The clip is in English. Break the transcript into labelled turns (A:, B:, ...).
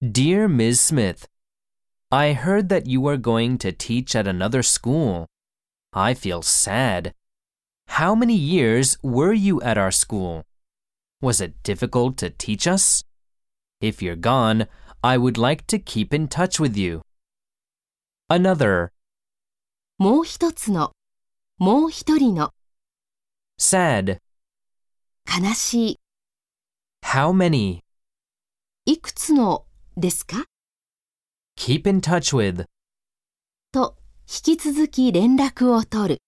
A: Dear Ms. Smith, I heard that you are going to teach at another school. I feel sad. How many years were you at our school? Was it difficult to teach us? If you're gone, I would like to keep in touch with you. Another,
B: もう一つの、もう一人の、
A: sad,
B: 悲し
A: how many,
B: い、いくつの、ですか
A: keep in touch with.
B: と、引き続き連絡を取る。